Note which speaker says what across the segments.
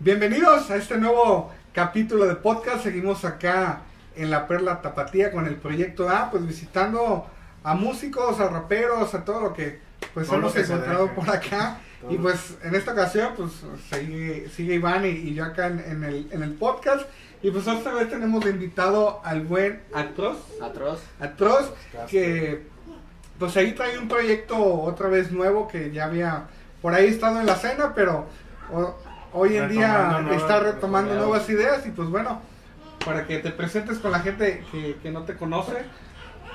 Speaker 1: Bienvenidos a este nuevo capítulo de podcast. Seguimos acá en la Perla Tapatía con el proyecto A, pues visitando a músicos, a raperos, a todo lo que pues
Speaker 2: Todo lo
Speaker 1: hemos
Speaker 2: que se
Speaker 1: encontrado
Speaker 2: deje.
Speaker 1: por acá.
Speaker 2: Todo
Speaker 1: Y
Speaker 2: lo-
Speaker 1: pues en esta ocasión pues sigue, sigue Iván y, y yo acá en, en el, en el podcast. Y pues esta vez tenemos de invitado al buen Atroz.
Speaker 3: Atroz.
Speaker 1: Atroz,
Speaker 2: Claro.
Speaker 1: que pues ahí trae un proyecto otra vez nuevo que ya había por ahí estado en la cena, pero ho- hoy en día
Speaker 2: Retomando nuevas-
Speaker 1: está retomando
Speaker 2: nuevas-
Speaker 1: nuevas ideas y pues bueno, para que te presentes con la gente que, que no te conoce.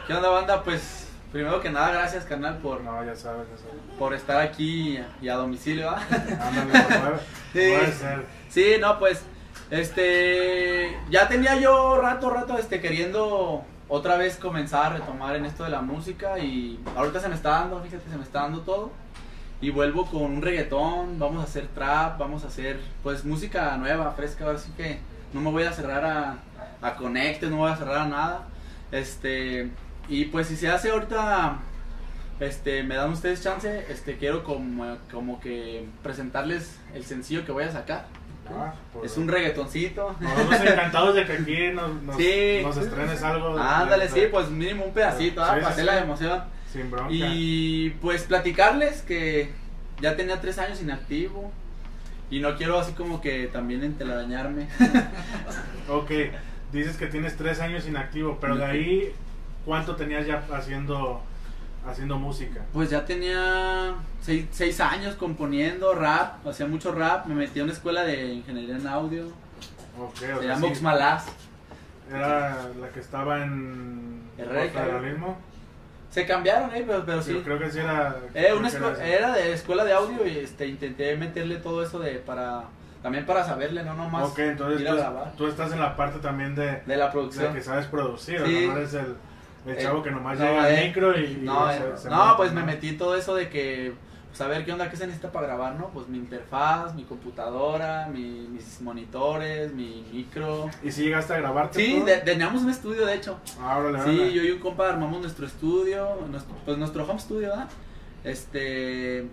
Speaker 3: ¿Qué onda, banda? Pues, primero que nada, gracias, carnal, por,
Speaker 2: No, ya sabes, ya sabes.
Speaker 3: por estar aquí y a domicilio, ¿va?
Speaker 2: Ándale, por favor.
Speaker 3: Sí.
Speaker 2: Puede ser.
Speaker 3: Sí, no, pues, este, ya tenía yo rato, rato, este, queriendo otra vez comenzar a retomar en esto de la música y ahorita se me está dando, fíjate, se me está dando todo. Y vuelvo con un reggaetón, vamos a hacer trap, vamos a hacer, pues, música nueva, fresca, ahora sí que no me voy a cerrar a, a conectes, no me voy a cerrar a nada. Este, y pues si se hace ahorita, este, me dan ustedes chance, este, quiero como, como que presentarles el sencillo que voy a sacar.
Speaker 2: Ah, pues,
Speaker 3: Es un reggaetoncito.
Speaker 2: Nosotros encantados de que aquí nos, nos,
Speaker 3: Sí.
Speaker 2: nos estrenes algo.
Speaker 3: Ándale,
Speaker 2: de-
Speaker 3: sí, pues mínimo un pedacito,
Speaker 2: Sí,
Speaker 3: ¿ah?
Speaker 2: sí,
Speaker 3: para hacer
Speaker 2: sí.
Speaker 3: la emoción.
Speaker 2: Sin bronca.
Speaker 3: Y pues platicarles que ya tenía tres años inactivo y no quiero así como que también entelarañarme.
Speaker 2: Ok, dices que tienes tres años inactivo, pero de ahí, ¿cuánto tenías ya haciendo, haciendo música?
Speaker 3: Pues ya tenía seis, seis años componiendo rap, hacía mucho rap, me metí a una escuela de ingeniería en audio,
Speaker 2: Ok, o
Speaker 3: se
Speaker 2: sea,
Speaker 3: llama
Speaker 2: sí,
Speaker 3: Oxmalaz.
Speaker 2: Era la que estaba en.
Speaker 3: Herrera y
Speaker 2: Costa del Ritmo.
Speaker 3: Se cambiaron, eh, pero, pero sí.
Speaker 2: Yo creo que sí era.
Speaker 3: Eh, una
Speaker 2: creo
Speaker 3: escu-
Speaker 2: que
Speaker 3: era de escuela de audio y este, intenté meterle todo eso de para también para saberle, no nomás
Speaker 2: Ok, entonces
Speaker 3: ir a
Speaker 2: tú,
Speaker 3: grabar.
Speaker 2: tú estás en la parte también de,
Speaker 3: De la
Speaker 2: O sea,
Speaker 3: producción.
Speaker 2: que sabes producir,
Speaker 3: Sí. Eh,
Speaker 2: o no eres el, el chavo que nomás
Speaker 3: no,
Speaker 2: llega al
Speaker 3: eh,
Speaker 2: micro y... y
Speaker 3: No,
Speaker 2: se-
Speaker 3: eh,
Speaker 2: se
Speaker 3: no,
Speaker 2: mete,
Speaker 3: pues me metí todo eso de que saber qué onda, qué se necesita para grabar, ¿no? Pues mi interfaz, mi computadora, mi- mis monitores, mi micro.
Speaker 2: ¿Y si llegaste a grabarte
Speaker 3: Sí,
Speaker 2: todo?
Speaker 3: de- teníamos un estudio, de hecho.
Speaker 2: Ah, órale, órale.
Speaker 3: Sí, yo y un compa armamos nuestro estudio, nuestro- pues nuestro home studio, ¿verdad? Este,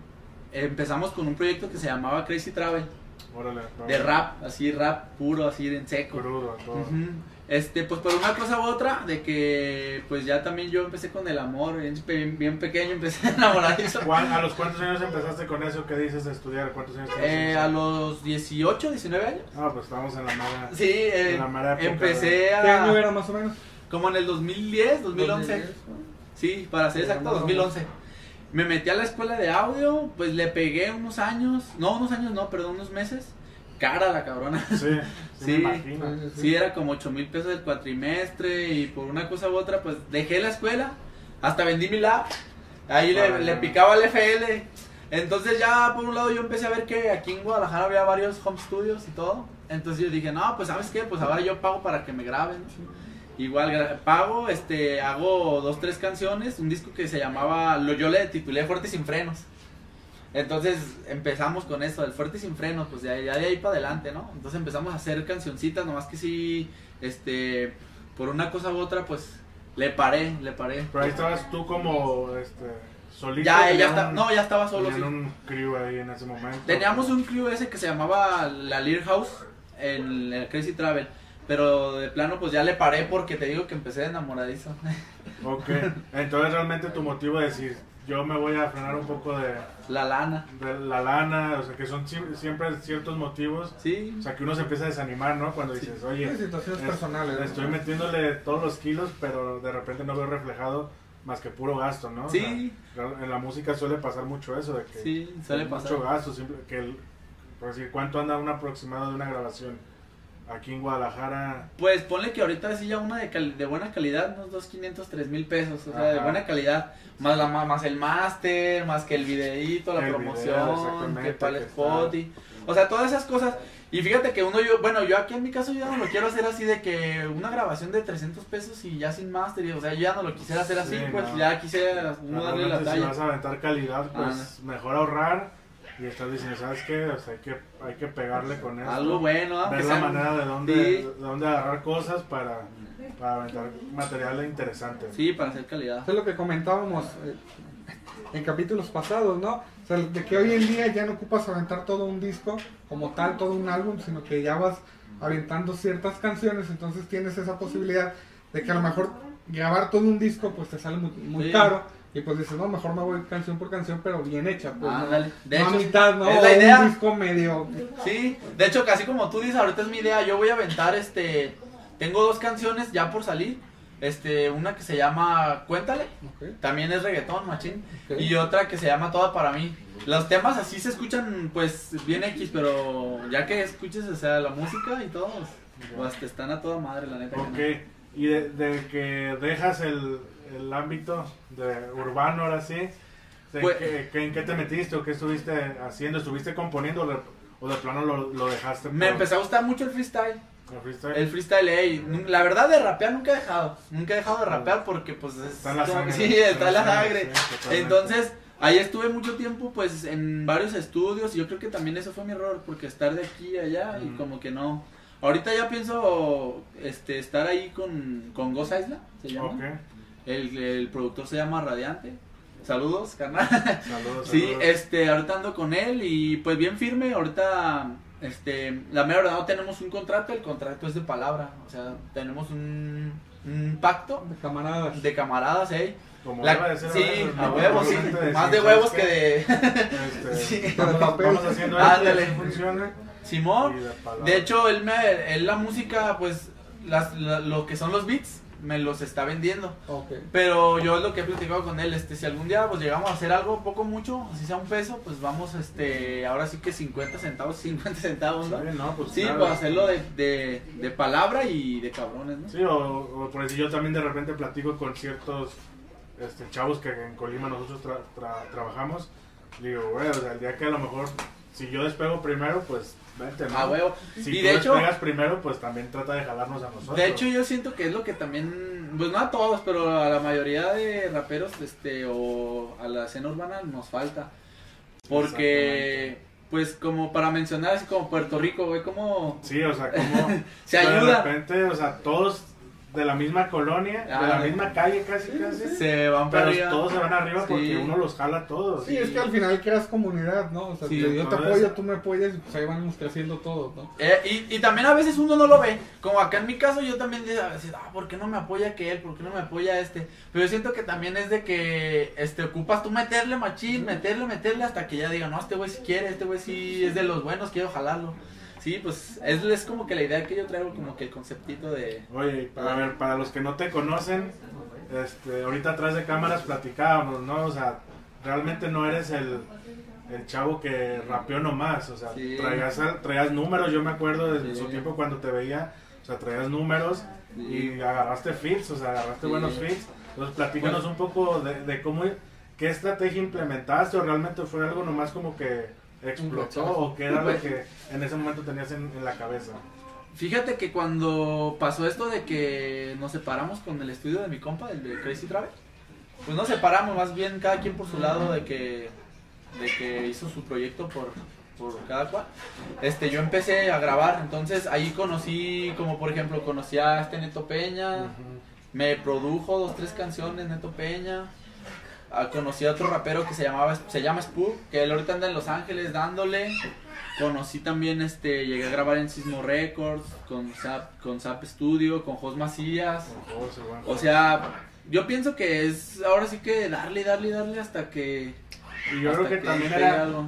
Speaker 3: empezamos con un proyecto que se llamaba Crazy Travel,
Speaker 2: Órale, órale.
Speaker 3: de rap, así rap puro, así en seco.
Speaker 2: Crudo, todo.
Speaker 3: Ujú. Este, pues por una cosa u otra, de que pues ya también yo empecé con el amor, bien, pe- bien pequeño empecé a enamoradizo.
Speaker 2: ¿Cuán- ¿A los cuántos años empezaste con eso que dices de estudiar? ¿Cuántos años tenías?
Speaker 3: Eh, a los 18, 19 años.
Speaker 2: Ah, pues estamos en la mala...
Speaker 3: Sí, eh,
Speaker 2: En la mala época,
Speaker 3: empecé
Speaker 1: ¿Qué año
Speaker 3: a...
Speaker 1: era más o menos?
Speaker 3: Como en el 2010, 2011. Sí, para ser exacto, 2011. Me metí a la escuela de audio, pues le pegué unos años, no, unos años no, perdón, unos meses. Cara la cabrona.
Speaker 2: Sí, sí,
Speaker 3: Sí.
Speaker 2: me imagino.
Speaker 3: Sí, era como 8 mil pesos del cuatrimestre y por una cosa u otra, pues dejé la escuela, hasta vendí mi lab, ahí le,
Speaker 2: Órale.
Speaker 3: le picaba al FL. Entonces ya por un lado yo empecé a ver que aquí en Guadalajara había varios home studios y todo. Entonces yo dije, no, pues sabes qué, pues ahora yo pago para que me graben. Igual gra- pago, este, hago dos, tres canciones, un disco que se llamaba, lo yo le titulé Fuerte y sin frenos. Entonces empezamos con eso, el fuerte y sin frenos, pues ya, ya de ahí para adelante, ¿no? Entonces empezamos a hacer cancioncitas, nomás que sí, este, por una cosa u otra, pues le paré, le paré.
Speaker 2: Pero ahí estabas tú como, este, solito.
Speaker 3: Ya, ya
Speaker 2: tenían
Speaker 3: está,
Speaker 2: un-
Speaker 3: no, ya estaba solo.
Speaker 2: tenían
Speaker 3: sí.
Speaker 2: un crew ahí en ese momento.
Speaker 3: Teníamos un club ese que se llamaba la Lear House en el Crazy Travel, pero de plano pues ya le paré porque te digo que empecé de enamoradizo.
Speaker 2: Ok, entonces realmente tu motivo de decir, yo me voy a frenar un poco de,
Speaker 3: La lana,
Speaker 2: de la lana, o sea, que son si- siempre ciertos motivos,
Speaker 3: sí.
Speaker 2: o sea, que uno se empieza a desanimar, ¿no? Cuando dices,
Speaker 1: Sí, ¿eh?
Speaker 2: oye,
Speaker 1: situaciones
Speaker 2: es-
Speaker 1: personales.
Speaker 2: le
Speaker 1: ¿no?
Speaker 2: estoy metiéndole todos los kilos, pero de repente no veo reflejado más que puro gasto, ¿no? O sea,
Speaker 3: Sí.
Speaker 2: real- en la música suele pasar mucho eso, de que
Speaker 3: Sí, suele
Speaker 2: hay
Speaker 3: pasar.
Speaker 2: mucho gasto, simple- que el, por decir, ¿cuánto anda un aproximado de una grabación? Aquí en Guadalajara,
Speaker 3: Pues ponle que ahorita sí ya una de, cali- de buena calidad, unos 2.500, 3.000 pesos, o sea, de
Speaker 2: Ajá.
Speaker 3: buena calidad, más la ma- más el máster, más que el videíto, la
Speaker 2: El video,
Speaker 3: promoción,
Speaker 2: exactamente,
Speaker 3: que para el
Speaker 2: que
Speaker 3: spot y- o sea, todas esas cosas. Y fíjate que uno yo, bueno, yo aquí en mi caso yo ya no lo quiero hacer así de que una grabación de 300 pesos y ya sin máster, y, o sea, yo ya no lo quisiera hacer así,
Speaker 2: Sí,
Speaker 3: pues
Speaker 2: no.
Speaker 3: ya quisiera uno darle la
Speaker 2: realmente si
Speaker 3: talla. Ah.
Speaker 2: vas a aventar calidad, pues mejor ahorrar y estás diciendo, ¿sabes qué? O sea, hay que, hay que pegarle con eso.
Speaker 3: Algo bueno, aunque
Speaker 2: ver la
Speaker 3: Ah, sea-
Speaker 2: manera de dónde, de
Speaker 3: Sí.
Speaker 2: dónde agarrar cosas para, para aventar material interesante. Pues,
Speaker 3: Sí, para hacer calidad.
Speaker 1: Eso es lo que comentábamos eh, en capítulos pasados, ¿no? O sea, de que hoy en día ya no ocupas aventar todo un disco como tal, todo un álbum, sino que ya vas aventando ciertas canciones, entonces tienes esa posibilidad de que a lo mejor grabar todo un disco pues te sale muy, muy
Speaker 3: Sí.
Speaker 1: caro y pues dices, no, mejor me voy canción por canción, pero bien hecha, pues.
Speaker 3: Ah,
Speaker 1: ¿no?
Speaker 3: dale. De
Speaker 1: no a
Speaker 3: hecho,
Speaker 1: mitad, ¿no?
Speaker 3: es la
Speaker 1: O
Speaker 3: idea.
Speaker 1: Un disco medio.
Speaker 3: Sí, de hecho, casi como tú dices, ahorita es mi idea, yo voy a aventar, este, tengo dos canciones ya por salir, este, una que se llama Cuéntale,
Speaker 1: Ok.
Speaker 3: también es reggaetón, machín,
Speaker 1: Ok.
Speaker 3: y otra que se llama Toda para mí. Los temas así se escuchan, pues, bien X, pero ya que escuches, o sea, la música y todo, pues, te están a toda madre, la neta. que no.
Speaker 2: Ok, y de, de que dejas el, el ámbito de urbano ahora sí, de
Speaker 3: Pues-
Speaker 2: que- que ¿en qué te metiste o qué estuviste haciendo? ¿Estuviste componiendo o de, o de plano lo, lo dejaste?
Speaker 3: Me
Speaker 2: por-
Speaker 3: empezó a gustar mucho el freestyle.
Speaker 2: por freestyle?
Speaker 3: El freestyle, ey, nun- la verdad de rapear nunca he dejado, nunca he dejado de rapear porque pues es-
Speaker 2: Está en la sangre.
Speaker 3: sí, está en la sangre.
Speaker 2: sí, totalmente.
Speaker 3: Entonces, ahí estuve mucho tiempo pues en varios estudios y yo creo que también eso fue mi error porque estar de aquí a allá y
Speaker 2: Ujú.
Speaker 3: como que no. Ahorita ya pienso este estar ahí con con Goza Isla, se llama.
Speaker 2: Ok,
Speaker 3: El, el productor se llama Radiante. Saludos, carnal.
Speaker 2: saludos.
Speaker 3: Sí,
Speaker 2: saludos.
Speaker 3: este, ahorita ando con él y pues bien firme, ahorita, este, la mera verdad no tenemos un contrato, el contrato es de palabra, o sea, tenemos un, un pacto
Speaker 1: De camaradas.
Speaker 3: de camaradas, ¿eh?
Speaker 2: Como
Speaker 3: La-
Speaker 2: debe de ser,
Speaker 3: sí,
Speaker 2: ¿verdad?
Speaker 3: a
Speaker 2: No,
Speaker 3: huevos, sí,
Speaker 2: realmente decir,
Speaker 3: más de
Speaker 2: ¿sabes
Speaker 3: huevos
Speaker 2: qué?
Speaker 3: que de
Speaker 2: Este,
Speaker 3: Sí.
Speaker 2: vamos,
Speaker 1: Papel.
Speaker 2: vamos haciendo
Speaker 3: Ándale.
Speaker 2: esto, funciona.
Speaker 3: Simón.
Speaker 2: y de palabra.
Speaker 3: De hecho, él, me, él la música, pues, las, la- lo que son los beats, me los está vendiendo.
Speaker 1: Ok.
Speaker 3: Pero yo es lo que he platicado con él, este, si algún día pues llegamos a hacer algo poco mucho, así sea un peso, pues vamos, este, ahora sí que 50 centavos, 50 centavos,
Speaker 2: Está
Speaker 3: ¿no?
Speaker 2: bien, no, pues,
Speaker 3: Sí,
Speaker 2: claro.
Speaker 3: pues hacerlo de, de, de palabra y de cabrones, ¿no?
Speaker 2: Sí, o, o por decir, yo también de repente platico con ciertos este, chavos que en Colima nosotros tra- tra- trabajamos. Digo, güey, o sea, el día que a lo mejor, si yo despego primero, pues vente, ¿no?
Speaker 3: A huevo.
Speaker 2: Si
Speaker 3: y
Speaker 2: tú
Speaker 3: de hecho,
Speaker 2: despegas primero, pues también trata de jalarnos a nosotros.
Speaker 3: de hecho yo siento que es lo que también, pues no a todos, pero a la mayoría de raperos, este, o a la escena urbana nos falta. Porque, pues como para mencionar, así como Puerto Rico, güey, como
Speaker 2: Sí, o sea, como...
Speaker 3: se
Speaker 2: De
Speaker 3: ayuda,
Speaker 2: repente, o sea, todos de la misma colonia, de la
Speaker 3: Ah.
Speaker 2: misma calle casi, casi.
Speaker 3: se van para
Speaker 2: Pero
Speaker 3: arriba.
Speaker 2: todos se van arriba
Speaker 3: Sí.
Speaker 2: porque uno los jala a todos.
Speaker 1: Sí, es que al final creas comunidad, ¿no? O sea,
Speaker 3: Sí,
Speaker 1: que yo te
Speaker 2: entonces-
Speaker 1: apoyo, tú me apoyas y pues ahí vamos creciendo todos, ¿no?
Speaker 3: Eh, y, y también a veces uno no lo ve. Como acá en mi caso, yo también digo, a veces, ah, ¿por qué no me apoya que él? ¿Por qué no me apoya este? Pero yo siento que también es de que este, ocupas tú meterle machín, meterle, meterle, hasta que ya diga, no, este güey si quiere, este güey sí es de los buenos, quiero jalarlo. Sí, pues es, es como que la idea que yo traigo, como que el conceptito de.
Speaker 2: Oye, y para, a ver, para los que no te conocen, este, ahorita atrás de cámaras platicábamos, ¿no? O sea, realmente no eres el, el chavo que rapeó nomás, o sea,
Speaker 3: Sí.
Speaker 2: traías, al- traías números, yo me acuerdo desde
Speaker 3: Sí.
Speaker 2: su tiempo cuando te veía, o sea, traías números y agarraste fits, o sea, agarraste
Speaker 3: Sí.
Speaker 2: buenos fits. Entonces, platícanos un poco de, de cómo, qué estrategia implementaste o realmente fue algo nomás como que explotó
Speaker 1: rechazo.
Speaker 2: o qué era lo que en ese momento tenías en, en la cabeza.
Speaker 3: Fíjate que cuando pasó esto de que nos separamos con el estudio de mi compa, el de Crazy Travel, pues nos separamos más bien cada quien por su lado de que, de que hizo su proyecto por, por cada cual. Este, yo empecé a grabar, entonces ahí conocí, como por ejemplo, conocí a este Neto Peña, me produjo dos, tres canciones Neto Peña. Ah, Conocí a otro rapero que se llamaba se llama Spook, que él ahorita anda en Los Ángeles dándole. Conocí también este llegué a grabar en Sismo Records con Zap, con Zap Studio, con Jos Macías.
Speaker 2: Ojo, se va.
Speaker 3: O sea, yo pienso que es ahora sí que darle, darle, darle hasta que
Speaker 2: Y yo
Speaker 3: hasta
Speaker 2: creo que, también
Speaker 3: pegue
Speaker 2: era,
Speaker 3: algo.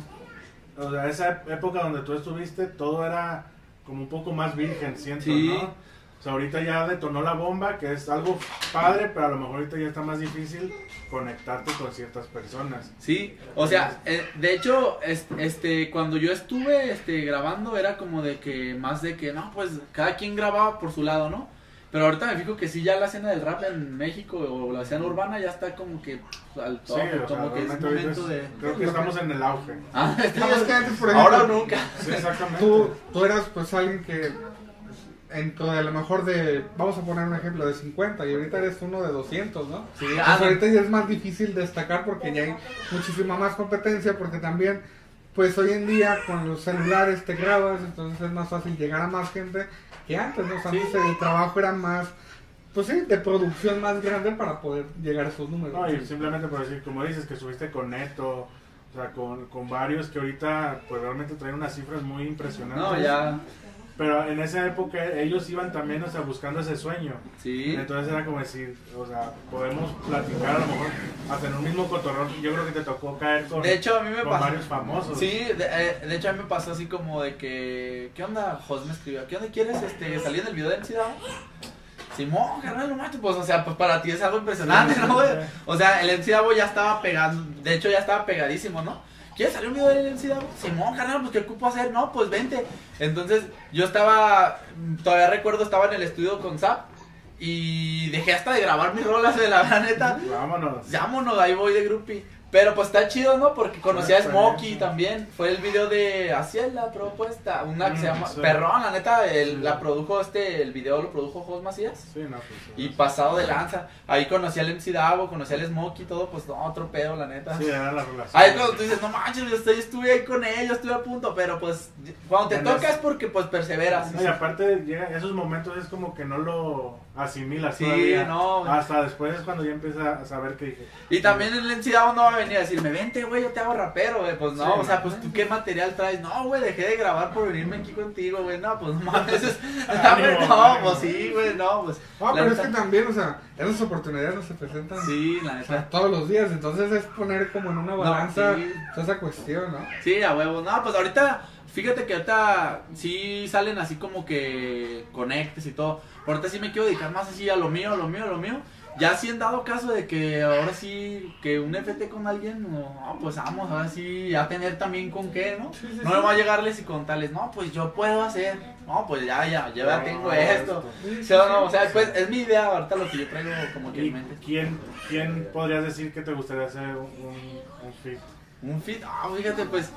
Speaker 2: o sea, esa época donde tú estuviste, todo era como un poco más virgen, siento,
Speaker 3: Sí.
Speaker 2: ¿no? O sea, ahorita ya detonó la bomba, que es algo padre, pero a lo mejor ahorita ya está más difícil conectarte con ciertas personas.
Speaker 3: Sí, o sea, eh, de hecho, es- este, cuando yo estuve este, grabando era como de que más de que, no, pues cada quien grababa por su lado, ¿no? Pero ahorita me fijo que sí, ya la escena del rap en México o la escena urbana ya está como que pues, al
Speaker 2: Sí, o
Speaker 3: tope,
Speaker 2: sea,
Speaker 3: como que es
Speaker 2: realmente ahorita
Speaker 3: momento de...
Speaker 2: es- creo que estamos en el auge.
Speaker 3: Ah,
Speaker 1: Sí,
Speaker 3: estamos-
Speaker 1: es que antes, por ejemplo,
Speaker 3: Ahora o nunca.
Speaker 2: Sí, exactamente.
Speaker 1: tú, tú eras pues alguien que dentro de a lo mejor de, vamos a poner un ejemplo, de 50 y ahorita eres uno de 200, ¿no?
Speaker 3: Sí,
Speaker 1: Pues
Speaker 3: ah,
Speaker 1: ahorita ya es más difícil destacar porque ya hay muchísima más competencia, porque también, pues hoy en día con los celulares te grabas, entonces es más fácil llegar a más gente que antes, ¿no? O sea, antes el trabajo era más pues sí, de producción más grande para poder llegar a esos números.
Speaker 2: No, y simplemente por decir, como dices, que subiste con Neto, o sea, con, con varios que ahorita, pues realmente traen unas cifras muy impresionantes.
Speaker 3: No, ya.
Speaker 2: Pero en esa época ellos iban también, o sea, buscando ese sueño.
Speaker 3: Sí.
Speaker 2: Entonces era como decir, o sea, podemos platicar a lo mejor hasta en un mismo cotorrón. Yo creo que te tocó caer con,
Speaker 3: De hecho, a mí me
Speaker 2: con
Speaker 3: pasó.
Speaker 2: varios famosos.
Speaker 3: Sí, de, eh, de hecho a mí me pasó así como de que, ¿qué onda? Jos me escribió, ¿qué onda quieres este, salir en el video de densidad? Simón, carnal, no mames, pues, o sea, pues para ti es algo impresionante, ¿no, güey? O sea, el MC Davo ya estaba pegando, de hecho ya estaba pegadísimo, ¿no? ¿Quieres salir un video del MC Davo? Simón, carnal, pues, ¿qué ocupo hacer? No, pues, vente. Entonces, yo estaba, mm, todavía recuerdo, estaba en el estudio con Zap y dejé hasta de grabar mis rolas, de la neta.
Speaker 2: Vámonos.
Speaker 3: Llámonos, ahí voy de groupie. Pero pues está chido, ¿no? Porque conocí a
Speaker 2: Sí,
Speaker 3: Smokey
Speaker 2: sí.
Speaker 3: también. Fue el video de Hacia la propuesta. Una que se
Speaker 2: Mm,
Speaker 3: llama.
Speaker 2: sí.
Speaker 3: Perrón, la neta, el-
Speaker 2: Sí.
Speaker 3: la produjo este. El video lo produjo Jos Macías.
Speaker 2: Sí, no, pues,
Speaker 3: Y pasado de lanza. Ahí conocí al MC Davo, conocí al Smokey, todo. Pues no, otro pedo, la neta.
Speaker 2: Sí, era la relación.
Speaker 3: Ahí cuando tú dices, no manches, yo estoy- estuve ahí con ellos, estuve a punto. Pero pues cuando te
Speaker 2: Bueno,
Speaker 3: toca
Speaker 2: es-
Speaker 3: es porque pues perseveras.
Speaker 2: No, y aparte, llega, esos momentos es como que no lo asimilas
Speaker 3: Sí,
Speaker 2: todavía.
Speaker 3: no.
Speaker 2: Hasta después es cuando ya empieza a saber que dije.
Speaker 3: Y también el encilado no va a venir a decirme, vente, güey, yo te hago rapero, güey. Pues no,
Speaker 2: Sí,
Speaker 3: o sea,
Speaker 2: no.
Speaker 3: pues tú qué material traes. No, güey, dejé de grabar por venirme aquí contigo, güey. No, pues no mames. es- está-
Speaker 2: Ánimo,
Speaker 3: no,
Speaker 2: ánimo.
Speaker 3: pues sí, güey, no, pues.
Speaker 1: Ah,
Speaker 3: la
Speaker 1: pero es
Speaker 3: neta-
Speaker 1: que también, o sea, esas oportunidades no se presentan
Speaker 3: Sí, la
Speaker 1: o sea,
Speaker 3: neta.
Speaker 1: todos los días, entonces es poner como en una
Speaker 3: No,
Speaker 1: balanza
Speaker 3: sí.
Speaker 1: toda esa cuestión, ¿no?
Speaker 3: Sí, a huevo. No, pues ahorita, fíjate que ahorita sí salen así como que conectes y todo. Pero ahorita sí me quiero dedicar más así a lo mío, a lo mío, a lo mío. Ya sí han dado caso de que ahora sí, que un FT con alguien, no, pues vamos, ahora sí, a tener también con qué, ¿no?
Speaker 1: Sí, sí,
Speaker 3: No
Speaker 1: sí.
Speaker 3: me voy a llegarles y contarles, no, pues yo puedo hacer, no, pues ya, ya, ya
Speaker 2: "No,
Speaker 3: tengo esto. Sí, o no, o sea, pues es mi idea ahorita lo que yo traigo como que
Speaker 2: ¿Y
Speaker 3: en mente.
Speaker 2: quién, quién podrías decir que te gustaría hacer un, un, un fit?
Speaker 3: Un fit, ah, fíjate, pues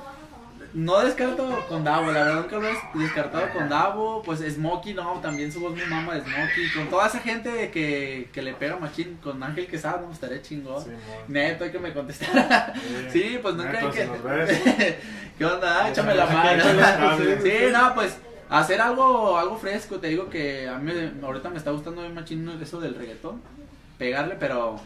Speaker 3: no descarto con Davo, la verdad nunca lo he des- descartado con Davo, pues Smokey, no, también su voz mi mamá de Smokey, con toda esa gente que, que le pega machín, con Ángel Quesada, no, estaré chingón.
Speaker 2: Sí, mon.
Speaker 3: Neto, hay que me contestar. sí, pues nunca
Speaker 2: Neto,
Speaker 3: hay
Speaker 2: si
Speaker 3: que...
Speaker 2: nos ves.
Speaker 3: ¿Qué onda? Échame la
Speaker 2: Aquí hay
Speaker 3: mano.
Speaker 2: los cables.
Speaker 3: sí, no, pues hacer algo, algo fresco. Te digo que a mí ahorita me está gustando bien machín eso del reggaetón. Pegarle, pero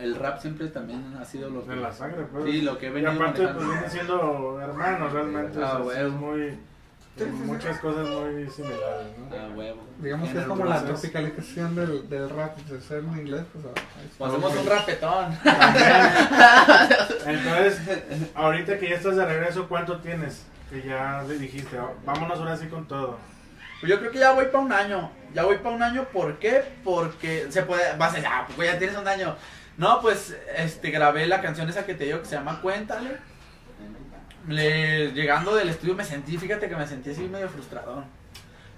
Speaker 3: el rap siempre también ha sido lo que...
Speaker 2: En la sangre, pues.
Speaker 3: Sí, lo que he
Speaker 2: Y
Speaker 3: venido
Speaker 2: aparte, pues
Speaker 3: manejando.
Speaker 2: viene siendo hermanos realmente.
Speaker 3: Ah,
Speaker 2: o sea, es
Speaker 3: huevo.
Speaker 2: muy. eh, Muchas cosas muy similares, ¿no?
Speaker 3: Ah, huevo.
Speaker 1: Digamos que
Speaker 3: En
Speaker 1: es
Speaker 3: el
Speaker 1: como la
Speaker 3: proceso.
Speaker 1: tropicalización del, del rap, de ser en inglés, pues, ah, ahí está.
Speaker 3: O hacemos un rapetón. Ah.
Speaker 2: Entonces, ahorita que ya estás de regreso, ¿cuánto tienes? Que ya le dijiste, "Oh, vámonos ahora sí con todo.
Speaker 3: Pues yo creo que ya voy para un año. Ya voy para un año, ¿por qué? Porque se puede. Vas a decir, ah, pues ya tienes un año. No, pues este, grabé la canción esa que te digo que se llama Cuéntale. Le- llegando del estudio me sentí, fíjate que me sentí así medio frustradón.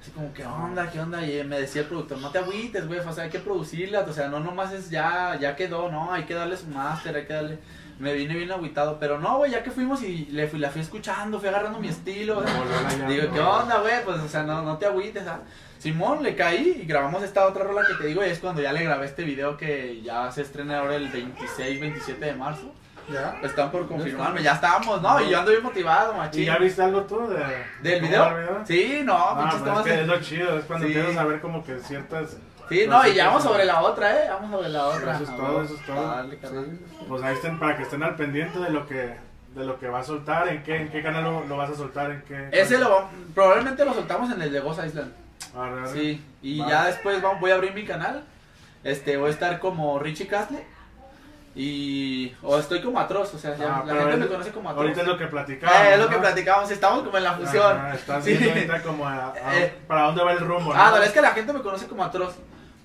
Speaker 3: Así como, ¿qué onda? ¿Qué onda? Y me decía el productor, no te agüites, güey, o sea, hay que producirla, o sea, no nomás es ya, ya quedó, no, hay que darle su máster, hay que darle... Me vine bien agüitado, pero no, güey, ya que fuimos y le fui, la fui escuchando, fui agarrando mi estilo, o sea,
Speaker 2: Volver allá,
Speaker 3: Digo,
Speaker 2: ¿no?
Speaker 3: ¿qué onda, güey? Pues, o sea, no, no te agüites, ¿ah? Simón, le caí y grabamos esta otra rola que te digo y es cuando ya le grabé este video que ya se estrena ahora el 26, 27 de marzo.
Speaker 1: ¿Ya?
Speaker 3: Están por confirmarme, ya estábamos, ¿no? Y yo ando bien motivado,
Speaker 2: ¿Y
Speaker 3: machín.
Speaker 2: ya viste algo tú de,
Speaker 3: ¿Del
Speaker 2: cómo
Speaker 3: video?
Speaker 2: va el
Speaker 3: Sí, no,
Speaker 2: Ah,
Speaker 3: pinches
Speaker 2: pues es,
Speaker 3: tomas
Speaker 2: que
Speaker 3: en-
Speaker 2: es lo chido, es cuando
Speaker 3: Sí.
Speaker 2: empiezas a ver como que ciertas...
Speaker 3: Sí, no, y
Speaker 2: cosas.
Speaker 3: ya vamos sobre la otra, ¿eh? Vamos sobre la otra.
Speaker 2: Eso es todo, eso es todo.
Speaker 3: Dale, carnal.
Speaker 2: Pues ahí estén, para que estén al pendiente de lo que de lo que va a soltar, en qué, en qué canal lo, lo vas a soltar, en qué...
Speaker 3: Ese lo va- probablemente lo soltamos en el de Ghost Island.
Speaker 2: Arre, arre.
Speaker 3: Sí, y
Speaker 2: Va.
Speaker 3: ya después va- voy a abrir mi canal. Este, voy a estar como Richie Castle. Y. O estoy como atroz, o sea, ya,
Speaker 2: Ah,
Speaker 3: la
Speaker 2: pero
Speaker 3: gente
Speaker 2: es-
Speaker 3: me conoce como atroz.
Speaker 2: Ahorita es lo que platicamos.
Speaker 3: Eh, es lo
Speaker 2: ¿no?
Speaker 3: que platicábamos, estamos como en la fusión.
Speaker 2: Ajá, estás
Speaker 3: Sí.
Speaker 2: viendo ahorita como a- a-
Speaker 3: Eh.
Speaker 2: para dónde va el rumbo,
Speaker 3: Ah,
Speaker 2: ¿no?
Speaker 3: no, es que la gente me conoce como atroz.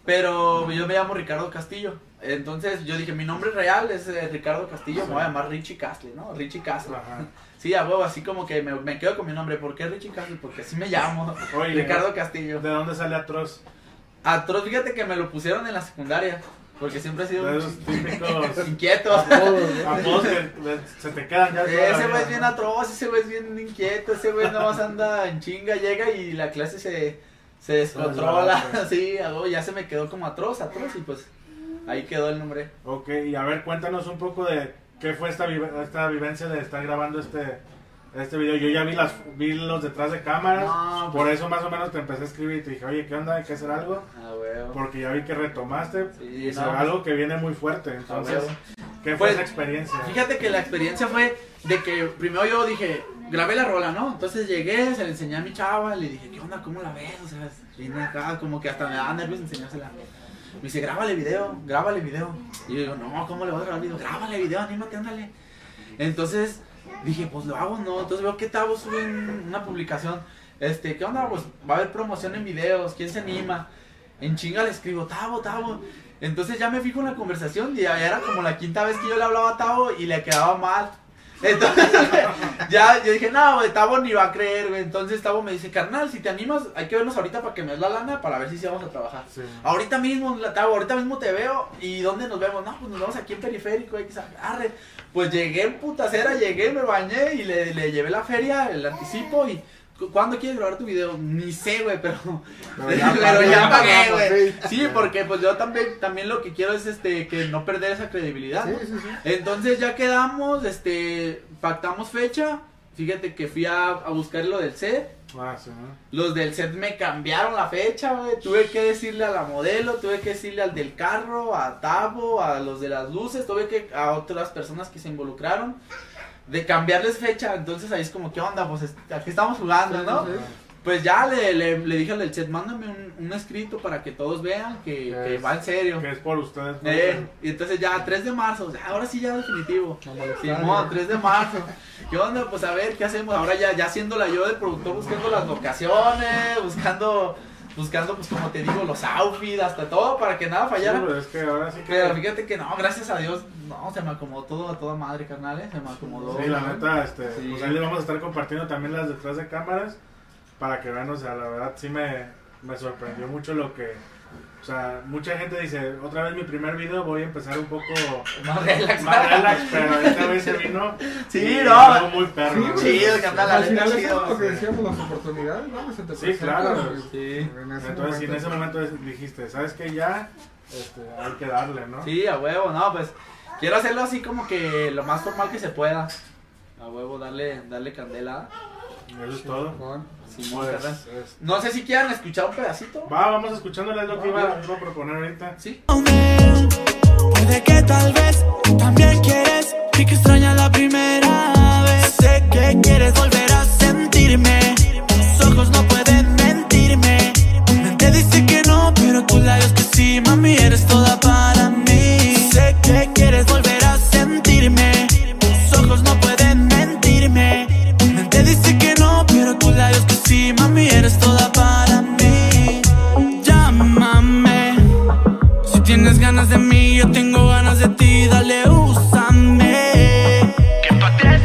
Speaker 3: Pero yo me llamo Ricardo Castillo. Entonces yo dije, mi nombre real es eh, Ricardo Castillo, me voy a llamar Richie Castle, ¿no? Richie Castle.
Speaker 2: Ajá.
Speaker 3: Sí, a huevo, así como que me, me quedo con mi nombre. ¿Por qué Richie Castle? Porque así me llamo.
Speaker 2: Oye,
Speaker 3: Ricardo Castillo.
Speaker 2: ¿De dónde sale Atroz?
Speaker 3: Atroz, fíjate que me lo pusieron en la secundaria. Porque siempre he sido
Speaker 2: De
Speaker 3: un
Speaker 2: esos típicos
Speaker 3: inquieto.
Speaker 2: apodos que de- se te quedan ya. toda la
Speaker 3: Ese
Speaker 2: vida,
Speaker 3: güey es
Speaker 2: ¿no?
Speaker 3: bien atroz, ese güey es bien inquieto, ese güey nomás anda en chinga, llega y la clase se, se descontrola.
Speaker 2: Desbarata.
Speaker 3: Sí, algo ya se me quedó como atroz, atroz y pues ahí quedó el nombre.
Speaker 2: Ok, y a ver, cuéntanos un poco de qué fue esta, vive- esta vivencia de estar grabando este, este video, yo ya vi, las, vi los detrás de cámaras,
Speaker 3: No, pues
Speaker 2: por eso más o menos te empecé a escribir y te dije, oye, ¿qué onda? ¿Hay que hacer algo?
Speaker 3: Ah, huevo.
Speaker 2: Porque ya vi que retomaste,
Speaker 3: Sí,
Speaker 2: es
Speaker 3: no,
Speaker 2: algo que viene muy fuerte, entonces,
Speaker 3: huevo.
Speaker 2: ¿qué fue
Speaker 3: Pues,
Speaker 2: esa experiencia?
Speaker 3: Fíjate que la experiencia fue de que primero yo dije, grabé la rola, ¿no? Entonces llegué, se la enseñé a mi chava, le dije, ¿qué onda? ¿Cómo la ves? O sea, vine acá, como que hasta me daba nervios enseñársela. Me dice, grábale video, grábale video. Y yo digo, no, ¿cómo le voy a grabar video? Grábale video, anímate, ándale. Entonces dije, pues lo hago, ¿no? Entonces veo que Tavo sube un- una publicación. Este, ¿qué onda? Pues va a haber promoción en videos, ¿quién se anima? En chinga le escribo, Tavo, Tavo. Entonces ya me fijo en la conversación y ya era como la quinta vez que yo le hablaba a Tavo y le quedaba mal. Entonces ya yo dije, no, güey, Tavo ni va a creer, güey. Entonces Tavo me dice, carnal, si te animas, hay que vernos ahorita para que me des la lana para ver si sí vamos a trabajar.
Speaker 2: Ah, Sí.
Speaker 3: Ahorita mismo, la- Tavo, ahorita mismo te veo. ¿Y dónde nos vemos? No, pues nos vemos aquí en periférico. X, arre. Pues llegué en putacera, llegué, me bañé y le, le llevé la feria, el anticipo. y "¿Cu- ¿Cuándo quieres grabar tu video? Ni sé, güey, pero. Pero ya, pagué, güey. Sí, porque pues yo también, también lo que quiero es este que no perder esa credibilidad. ¿no?
Speaker 1: Sí, sí, sí.
Speaker 3: Entonces ya quedamos, este, pactamos fecha. Fíjate que fui a, a buscar lo del E set.
Speaker 2: Ah, sí, ¿no?
Speaker 3: Los del set me cambiaron la fecha, güey. Tuve que decirle a la modelo, tuve que decirle al del carro, a Tavo, a los de las luces, tuve que a otras personas que se involucraron de cambiarles fecha. Entonces ahí es como, ¿qué onda? Pues est- aquí estamos jugando, ¿no?
Speaker 1: Sí, sí, sí.
Speaker 3: Pues ya le, le, le dije al del set, mándame un, un escrito para que todos vean que, que
Speaker 2: Es-
Speaker 3: va en serio.
Speaker 2: Ah, Que es por ustedes. ¿no?
Speaker 3: Eh, y entonces ya, 3 de marzo, ya, ahora sí ya definitivo.
Speaker 1: No molestar,
Speaker 3: Simón,
Speaker 1: güey.
Speaker 3: 3 de marzo. ¿Qué onda? Pues a ver, ¿qué hacemos? Ahora ya, ya haciéndola yo de productor, buscando las locaciones, buscando, buscando, pues como te digo, los outfits, hasta todo, para que nada
Speaker 2: Sí,
Speaker 3: fallara.
Speaker 2: pero es que ahora sí que...
Speaker 3: Pero fíjate que no, gracias a Dios, no, se me acomodó todo a toda madre, carnales, se me acomodó.
Speaker 2: Sí, la neta, este,
Speaker 3: Sí.
Speaker 2: pues ahí le vamos a estar compartiendo también las detrás de cámaras para que vean, o sea, la verdad sí me, me sorprendió mucho lo que, o sea, mucha gente dice, otra vez mi primer video voy a empezar un poco
Speaker 3: Más relax.
Speaker 2: más relax, pero esta vez se vino
Speaker 3: Sí,
Speaker 2: y
Speaker 3: no.
Speaker 2: estuvo muy perro.
Speaker 1: Sí,
Speaker 2: güey.
Speaker 3: chido, carnal, la
Speaker 1: Al
Speaker 3: neta,
Speaker 1: final
Speaker 3: chido.
Speaker 1: es lo que decíamos, las oportunidades, ¿no? Que se te
Speaker 2: Sí,
Speaker 1: presentan,
Speaker 2: claro.
Speaker 1: güey.
Speaker 3: Sí.
Speaker 1: En ese
Speaker 2: Entonces, sí, en ese
Speaker 1: momento.
Speaker 2: momento es- dijiste, ¿sabes qué? Ya, este, hay que darle, ¿no?
Speaker 3: Sí, a huevo, no, pues quiero hacerlo así como que lo más formal que se pueda. A huevo, darle, darle candela.
Speaker 2: Eso es todo.
Speaker 1: Bueno,
Speaker 3: Simón,
Speaker 2: Pues,
Speaker 3: carnal.
Speaker 2: es-
Speaker 3: No sé si quieran escuchar un pedacito.
Speaker 2: va, vamos escuchándoles lo que
Speaker 3: Va,
Speaker 2: iba,
Speaker 3: va.
Speaker 2: iba a proponer ahorita.
Speaker 3: Sí.
Speaker 4: Puede que tal vez tú también quieres y que extraña la primera vez. Sé que quieres volver a sentirme. Tus ojos no pueden mentirme. Tu mente dice que no, pero tus labios que sí, mami, eres toda para mí. Sé que quieres volver a sentirme. Tus ojos no pueden mentirme. Tu mente dice que no, pero tus labios que sí, mami, eres toda para mí. Llámame. Si tienes ganas de mí, yo tengo ganas de ti, dale, úsame.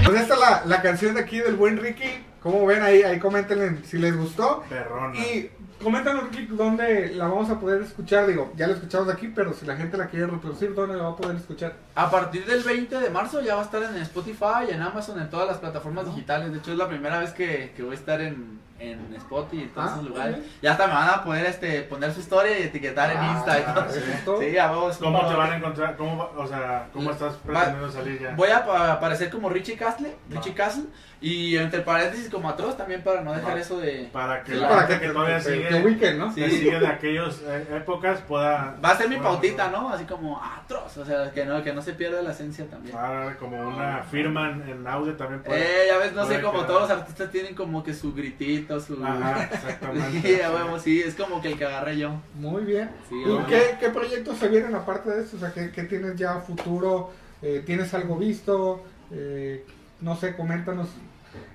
Speaker 1: Pues esta es la, la canción de aquí del buen Ricky. Como ven ahí, ahí comenten si les gustó.
Speaker 2: Perrona.
Speaker 1: Y coméntanos, Ricky, dónde la vamos a poder escuchar. Digo, ya la escuchamos aquí, pero si la gente la quiere reproducir, ¿dónde la va a poder escuchar?
Speaker 3: A partir del 20 de marzo ya va a estar en Spotify, en Amazon, en todas las plataformas
Speaker 2: Ah.
Speaker 3: digitales. De hecho, es la primera vez que, que voy a estar en, en Spotify y en todos
Speaker 1: Ah,
Speaker 3: esos lugares.
Speaker 1: ok.
Speaker 3: Ya hasta me van a poder este, poner su historia y etiquetar en Insta. y
Speaker 1: Ah,
Speaker 3: todo.
Speaker 1: ¿les
Speaker 2: sí.
Speaker 1: gustó?
Speaker 3: Sí, a vos.
Speaker 2: ¿Cómo te van a encontrar? ¿Cómo, va- o sea, ¿cómo estás pretendiendo salir ya?
Speaker 3: Mm, Voy a pa- aparecer como Richie Castle,
Speaker 2: Va.
Speaker 3: Richie Castle, y entre paréntesis como atroz también para no dejar
Speaker 2: Va.
Speaker 3: eso de...
Speaker 2: Para que
Speaker 3: Sí,
Speaker 2: la
Speaker 1: Para
Speaker 2: gente que, todavía
Speaker 1: te-
Speaker 2: sigue,
Speaker 1: te ubiquen, ¿no?
Speaker 3: Sí.
Speaker 2: que sigue de aquellas épocas pueda...
Speaker 3: Va a ser mi
Speaker 2: pueda-
Speaker 3: pautita, ¿no? Así como atroz, o sea, que no, que no se pierda la esencia también.
Speaker 2: Ah, como una firma en, en audio también puede...
Speaker 3: Eh, ya ves, no sé,
Speaker 2: puede
Speaker 3: como
Speaker 2: quedar.
Speaker 3: todos los artistas tienen como que su gritito, su...
Speaker 2: Ajá,
Speaker 3: Sí,
Speaker 2: exactamente.
Speaker 3: ya vemos, sí, es como que el que agarré yo.
Speaker 1: Muy bien.
Speaker 3: Sí,
Speaker 1: ¿Y
Speaker 3: vamos.
Speaker 1: qué, qué proyectos se vienen aparte de esto? O sea, ¿qué, qué tienes ya a futuro? Eh, ¿Tienes algo visto? Eh, no sé, coméntanos.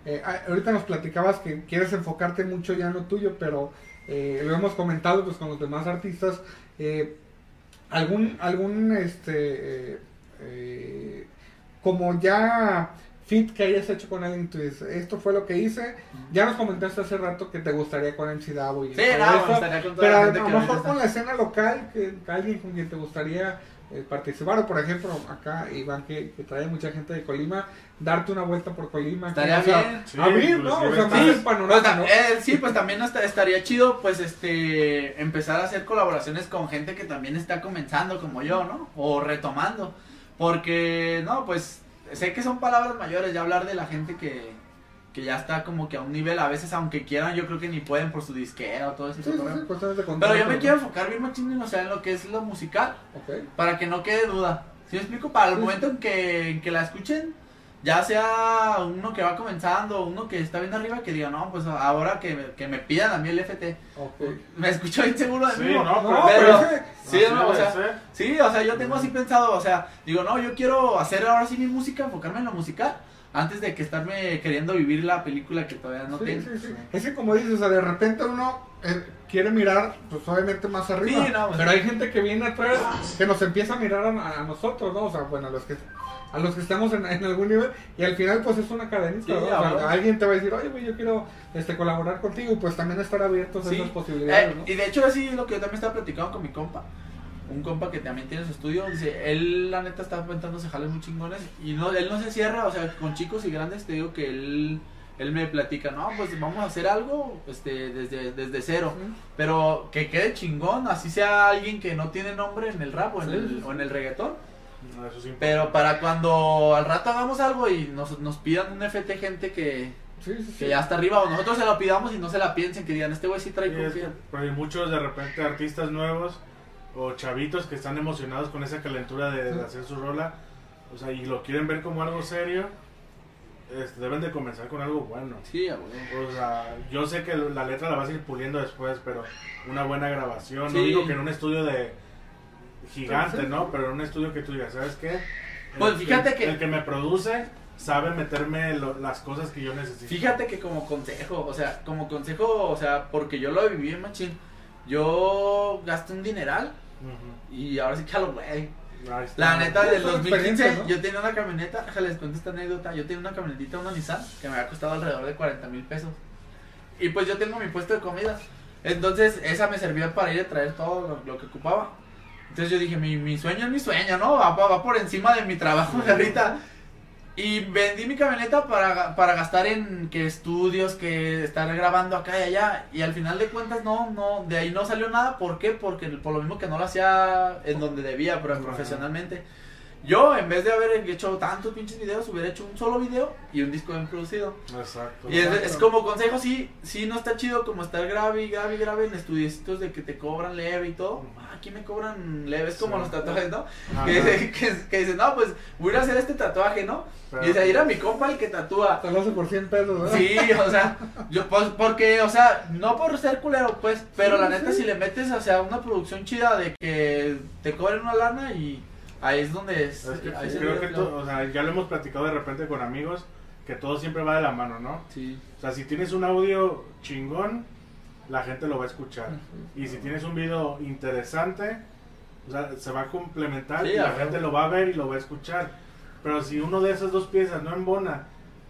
Speaker 1: Eh, ah, ahorita nos platicabas que quieres enfocarte mucho ya en lo tuyo, pero eh, lo hemos comentado pues con los demás artistas. Eh, algún, algún, este, eh, eh, como ya fit que hayas hecho con alguien, tú dices, esto fue lo que hice. Ya nos comentaste hace rato que te gustaría con MC Davo y
Speaker 3: Sí,
Speaker 1: todo
Speaker 3: nada,
Speaker 1: eso.
Speaker 3: estaría con toda
Speaker 1: Pero
Speaker 3: la
Speaker 1: a
Speaker 3: gente
Speaker 1: lo
Speaker 3: que
Speaker 1: mejor
Speaker 3: ahorita
Speaker 1: con la escena local, que, que alguien con quien te gustaría eh, participar, o por ejemplo, acá Iván, que, que trae mucha gente de Colima, darte una vuelta por Colima.
Speaker 3: Estaría
Speaker 1: que, o sea,
Speaker 3: bien.
Speaker 2: Sí,
Speaker 1: abrir, ¿no? O sea,
Speaker 2: inclusive
Speaker 1: abrir el
Speaker 2: estás-
Speaker 3: Pues,
Speaker 1: panorama,
Speaker 3: ta-
Speaker 1: ¿no?
Speaker 3: eh, sí, pues también hasta estaría chido, pues, este, empezar a hacer colaboraciones con gente que también está comenzando como yo, ¿no? O retomando, porque, no, pues, sé que son palabras mayores ya hablar de la gente que, que ya está como que a un nivel, a veces aunque quieran, yo creo que ni pueden por su disquera o todo eso.
Speaker 1: Sí, sí, sí, cuestiones de
Speaker 3: Pero
Speaker 1: contrato,
Speaker 3: yo me
Speaker 1: ¿no?
Speaker 3: quiero enfocar bien machín en, o sea, en lo que es lo musical,
Speaker 1: Ok.
Speaker 3: para que no quede duda. ¿Sí me explico? Para el
Speaker 1: Sí.
Speaker 3: momento en que, en que la escuchen, ya sea uno que va comenzando, uno que está bien arriba, que diga, no, pues ahora que me, que me pidan a mí el FT.
Speaker 1: Ok.
Speaker 3: Me escucho inseguro de
Speaker 2: Sí,
Speaker 3: mí.
Speaker 2: no,
Speaker 1: No,
Speaker 2: pero.
Speaker 1: pero
Speaker 3: pero-
Speaker 1: ese-
Speaker 3: Sí,
Speaker 2: así
Speaker 3: no, o
Speaker 2: debe
Speaker 3: sea,
Speaker 2: ser.
Speaker 3: Sí, o sea, yo tengo así pensado, o sea, digo, no, yo quiero hacer ahora sí mi música, enfocarme en la música, antes de que estarme queriendo vivir la película que todavía no
Speaker 1: sí,
Speaker 3: tengo.
Speaker 1: sí, sí. Es que como dices, o sea, de repente uno eh, quiere mirar, pues obviamente más arriba.
Speaker 3: Sí, no, pues,
Speaker 1: pero
Speaker 3: sí.
Speaker 1: hay gente que viene atrás que nos empieza a mirar a, a nosotros, ¿no? O sea, bueno, a los que a los que estamos en, en algún nivel y al final pues es una cadenita,
Speaker 3: Sí,
Speaker 1: ¿no? O sea,
Speaker 3: ahora.
Speaker 1: alguien te va a decir, oye, güey, yo quiero este colaborar contigo y pues también estar abiertos
Speaker 3: Sí.
Speaker 1: a esas
Speaker 3: Eh,
Speaker 1: posibilidades, ¿no?
Speaker 3: y de hecho, así es lo que yo también estaba platicando con mi compa. Un compa que también tiene su estudio. Dice, él, la neta, está aventándose jales muy chingones. Y no, él no se cierra, o sea, con chicos y grandes, te digo que él. Él me platica, no, pues vamos a hacer algo este, desde, desde cero,
Speaker 1: Ujú.
Speaker 3: pero que quede chingón, así sea alguien que no tiene nombre en el rap o en,
Speaker 1: Sí, sí,
Speaker 3: el,
Speaker 1: sí.
Speaker 3: o en el reggaetón,
Speaker 2: No, eso sí.
Speaker 3: pero para cuando al rato hagamos algo y nos, nos pidan un FT gente que,
Speaker 1: Sí, sí, sí.
Speaker 3: que ya está arriba o nosotros se lo pidamos y no se la piensen, que digan, este güey sí trae
Speaker 2: Sí, es que,
Speaker 3: confianza".
Speaker 2: pero hay muchos de repente artistas nuevos o chavitos que están emocionados con esa calentura de, de hacer su rola, o sea, y lo quieren ver como algo serio, este, deben de comenzar con algo bueno.
Speaker 3: Sí, a huevo.
Speaker 2: O sea, yo sé que la letra la vas a ir puliendo después, pero una buena grabación, no
Speaker 3: Sí.
Speaker 2: digo que en un estudio de gigante, ¿no? Pero en un estudio que tú digas, ¿sabes qué? El
Speaker 3: Pues fíjate que-
Speaker 2: El que me produce sabe meterme lo- las cosas que yo necesito.
Speaker 3: Fíjate que como consejo, o sea, como consejo, o sea, porque yo lo viví en machín, yo gasté un dineral
Speaker 2: Ujú.
Speaker 3: y ahora sí que a lo güey.
Speaker 2: Ahí está.
Speaker 3: La neta, del
Speaker 1: Son
Speaker 3: 2015
Speaker 1: experiencias, ¿no?
Speaker 3: yo tenía una camioneta, déjale, les cuento esta anécdota, yo tenía una camionetita, una Nissan, que me había costado alrededor de 40 mil pesos. Y pues yo tengo mi puesto de comida. Entonces esa me servía para ir a traer todo lo, lo que ocupaba. Entonces yo dije, mi, mi sueño es mi sueño, ¿no? Va, va- va por encima de mi trabajo de ahorita. Y vendí mi camioneta para, para gastar en que estudios, que estar grabando acá y allá. Y al final de cuentas, no, no, de ahí no salió nada. ¿Por qué? Porque por lo mismo que no lo hacía en donde debía, pero
Speaker 2: Ajá.
Speaker 3: profesionalmente. Yo, en vez de haber hecho tantos pinches videos, hubiera hecho un solo video y un disco bien producido.
Speaker 2: Pues Exacto.
Speaker 3: Y es, es como consejo, sí, sí, no está chido como estar grave y grave y grave en estudiecitos de que te cobran leve y todo. Ah, Aquí me cobran leve, es como
Speaker 2: Sí.
Speaker 3: los tatuajes, ¿no?
Speaker 2: Ajá.
Speaker 3: Que, que, que dicen, no, pues voy a ir a hacer este tatuaje, ¿no?
Speaker 2: Pero-
Speaker 3: Y dice, ir a mi compa el que tatúa.
Speaker 1: Hasta lo hace por 100 pesos, ¿verdad?
Speaker 3: Sí, o sea, yo, pues, porque, o sea, no por ser culero, pues, pero
Speaker 1: Sí,
Speaker 3: la neta,
Speaker 1: sí.
Speaker 3: si le metes, o sea, una producción chida de que te cobren una lana y ahí es donde es.
Speaker 2: Es que
Speaker 3: ahí se
Speaker 2: creo
Speaker 3: ve
Speaker 2: que
Speaker 3: el-
Speaker 2: to- o sea, ya lo hemos platicado de repente con amigos que todo siempre va de la mano, ¿no?
Speaker 3: Sí.
Speaker 2: O sea, si tienes un audio chingón, la gente lo va a escuchar. Y si tienes un video interesante, o sea, se va a complementar
Speaker 3: Sí,
Speaker 2: y la
Speaker 3: ajá.
Speaker 2: gente lo va a ver y lo va a escuchar. Pero si uno de esas dos piezas no embona,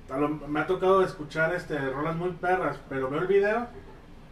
Speaker 2: a lo- me ha tocado escuchar este rolas muy perras, pero veo el video